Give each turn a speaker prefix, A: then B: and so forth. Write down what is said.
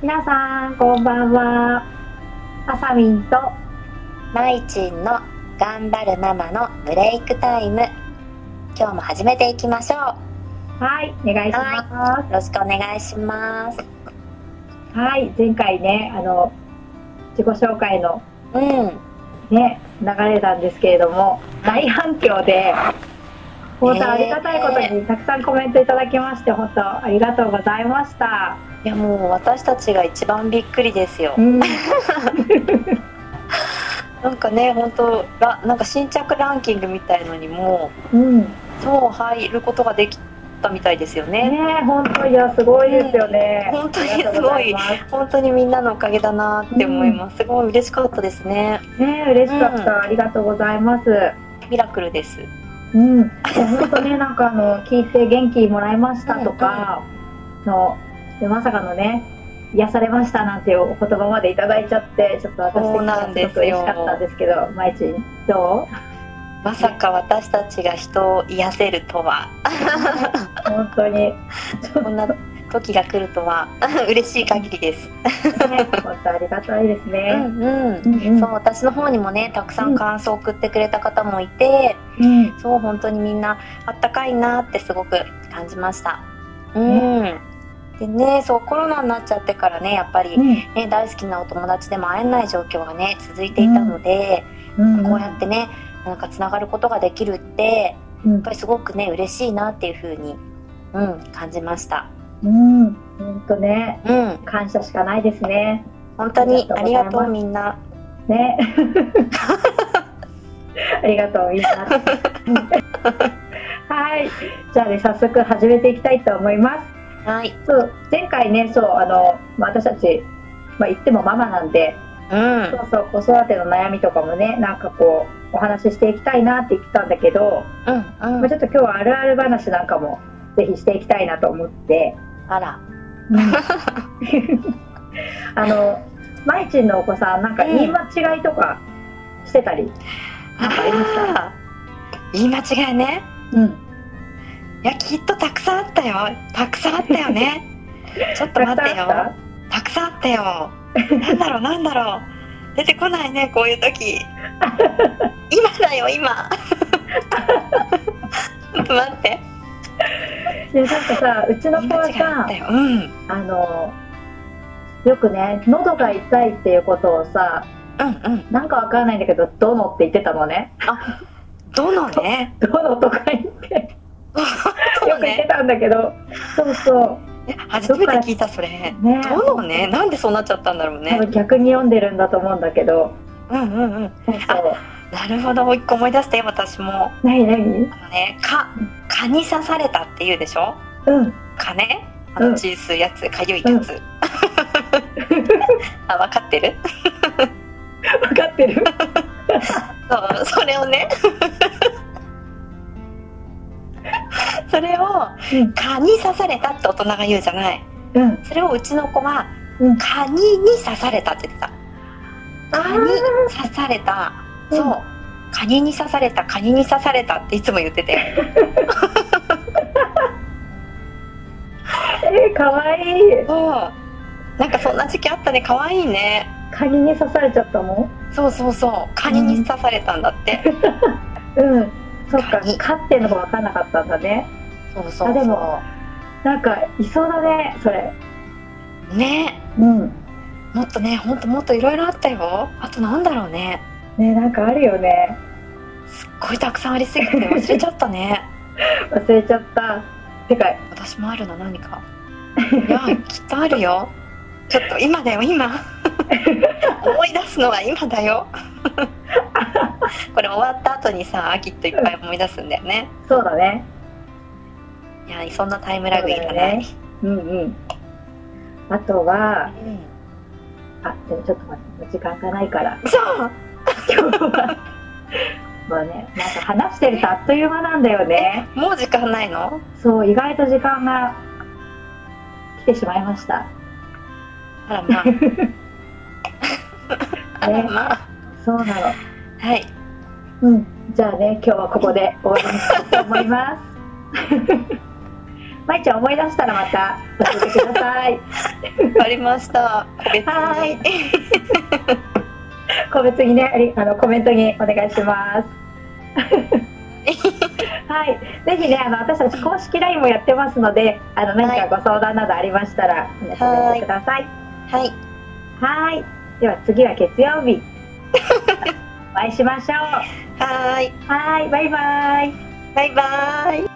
A: 皆さん、こんばんは。あさみんと、
B: まいちんの頑張るママのブレイクタイム今日も始めていきましょうよ
A: はい、お願いします。
B: ろしくお願いします
A: はい、前回ね、あの、自己紹介の
B: うん
A: ね、流れたんですけれども、大反響で、本当ありがたいことにたくさんコメントいただきまして、本当ありがとうございました。
B: いやもう私たちが一番びっくりですよ
A: うん、
B: なんかね本当らなんか新着ランキングみたいのにも
A: うん、
B: そう入ることができたみたいですよね
A: ね、本当いや、すごいですよね。
B: 本当に
A: ありがとうござます。
B: 本当にみんなのおかげだなって思います、すごい嬉しかったですね
A: ね、嬉しかった、
B: う
A: ありがとうございます。
B: ミラクルです
A: うん、いや本当ね、なんかあの聞いて元気もらいましたとか、のでまさかのね、癒されましたなんていうお言葉までいただいちゃって、ちょっと私的にはすごく嬉しかったんですけど、毎日どう？
B: まさか私たちが人を癒せるとは
A: 本当に、 ね、
B: こんな時が来るとは 嬉しい限りです。
A: 本当ありがたいです
B: う
A: ね。
B: んうん。
A: んうん
B: そう私の方にもねたくさん感想を送ってくれた方もいて、
A: うん、
B: そう本当にみんなあったかいなってすごく感じました。うん。でねそうコロナになっちゃってからねやっぱり。
A: うん
B: ね、大好きなお友達でも会えない状況がね続いていたので、
A: うん、
B: こうやってねなんかつながることができるって
A: うん、う
B: やっぱりすごくね嬉しいなっていう風に、うん、感じました。
A: ん、本当ね、
B: うん、
A: 感謝しかないですね。
B: 本当に
A: あ
B: あ
A: り
B: り
A: が
B: が
A: とうございます
B: とうみんな。
A: ね。 ありがとう、みんな。はい、じゃあね、早速始めていきたいと思います。
B: はい。
A: そう、前回ね、そう、あの、まあ私たち。まあ、言ってもママなんで、
B: うん
A: そうそう、子育ての悩みとかもね、なんかこう、お話ししていきたいなって言ってたんだけど。
B: うん
A: ま
B: う
A: あ、
B: ん
A: ちょっと今日はあるある話なんかも、ぜひしていきたいなと思って。
B: あら
A: あの、まいちんのお子さん、なんか言い間違いとか、してたり。
B: あー言い間違いね
A: うん。
B: いやきっとたくさんあったよたくさんあったよ ねちょっと待ってよたくさんあったよなんだろうなんだろう出てこないねこういう時今だよ今ちょっと待って
A: でなんかさうちの
B: 言い
A: 子
B: 間
A: は
B: 違いあ
A: さ
B: ったようん
A: あのよくね喉が痛いっていうことをさ
B: うんうん
A: なんかわかんないんだけど「どの」って言ってたのね
B: どのね
A: 「どの」とか言ってよ
B: どの
A: く言って
B: ね
A: たんだけどそうそ
B: え初めて聞いたそれ
A: うね
B: どのねなんでそうなっちゃったんだろう
A: 多
B: ね
A: 分逆に読んでるんだと思うんだけど
B: うんうんうん
A: そうそう
B: なるほど一個思い出して私も
A: 何何
B: あのね蚊蚊に刺されたっていうでしょ
A: うん
B: 蚊ねあ
A: う
B: の
A: ん
B: 血吸うやつかゆいやつ、 あ分かってる
A: 分かって る
B: そうそれをね それを
A: うん
B: 蚊に刺されたって大人が言うじゃない
A: うん
B: それをうちの子は
A: うん
B: 蚊にに刺されたって言ってた蚊に刺された
A: うん
B: そう蚊にに刺された蚊にに刺されたっていつも言ってて
A: えー、かわいい
B: そうなんかそんな時期あったね可愛いね
A: カニに刺されちゃったの
B: そうそうそうカニに刺されたんだって、
A: うんそっか
B: カニ
A: 飼ってんのも分かんなかったんだね
B: そうそうそう
A: あでもなんかいそうだねそれ
B: ね
A: うん
B: もっとねほんともっといろいろあったよあとなんだろうね
A: ねなんかあるよね
B: すっごいたくさんあり すぎて忘れちゃったね
A: 忘れちゃったてか
B: 私もあるの何かいやきっとあるよちょっと今だ よ今思い出すのは今だよこれ終わった後にさきっといっぱい思い出すんだよね
A: そうだね
B: いやそんなタイムラグいらない、
A: うんうんあとは
B: うん
A: あでもちょっと待って時間がないから
B: そう
A: 今日はまあねなんか話してるとあっという間なんだよね
B: もう時間ないの
A: そう意外と時間が来てしまいました
B: あらま ああらまあ
A: そうなの
B: はい
A: うんじゃあね今日はここで終わりにしたいと思いますまいちゃん思い出したらまた教えてください。
B: わかりました。個別に。
A: はい個別にねありあのコメントにお願いし ます。はい、ぜひねあの私たち公式 LINE もやってますのであの何かご相談などありましたら皆さんお寄せください。
B: はい。
A: はいでは次は月曜 日お会いしましょう。
B: はーい。
A: はいバイバイ。
B: バイバーイ。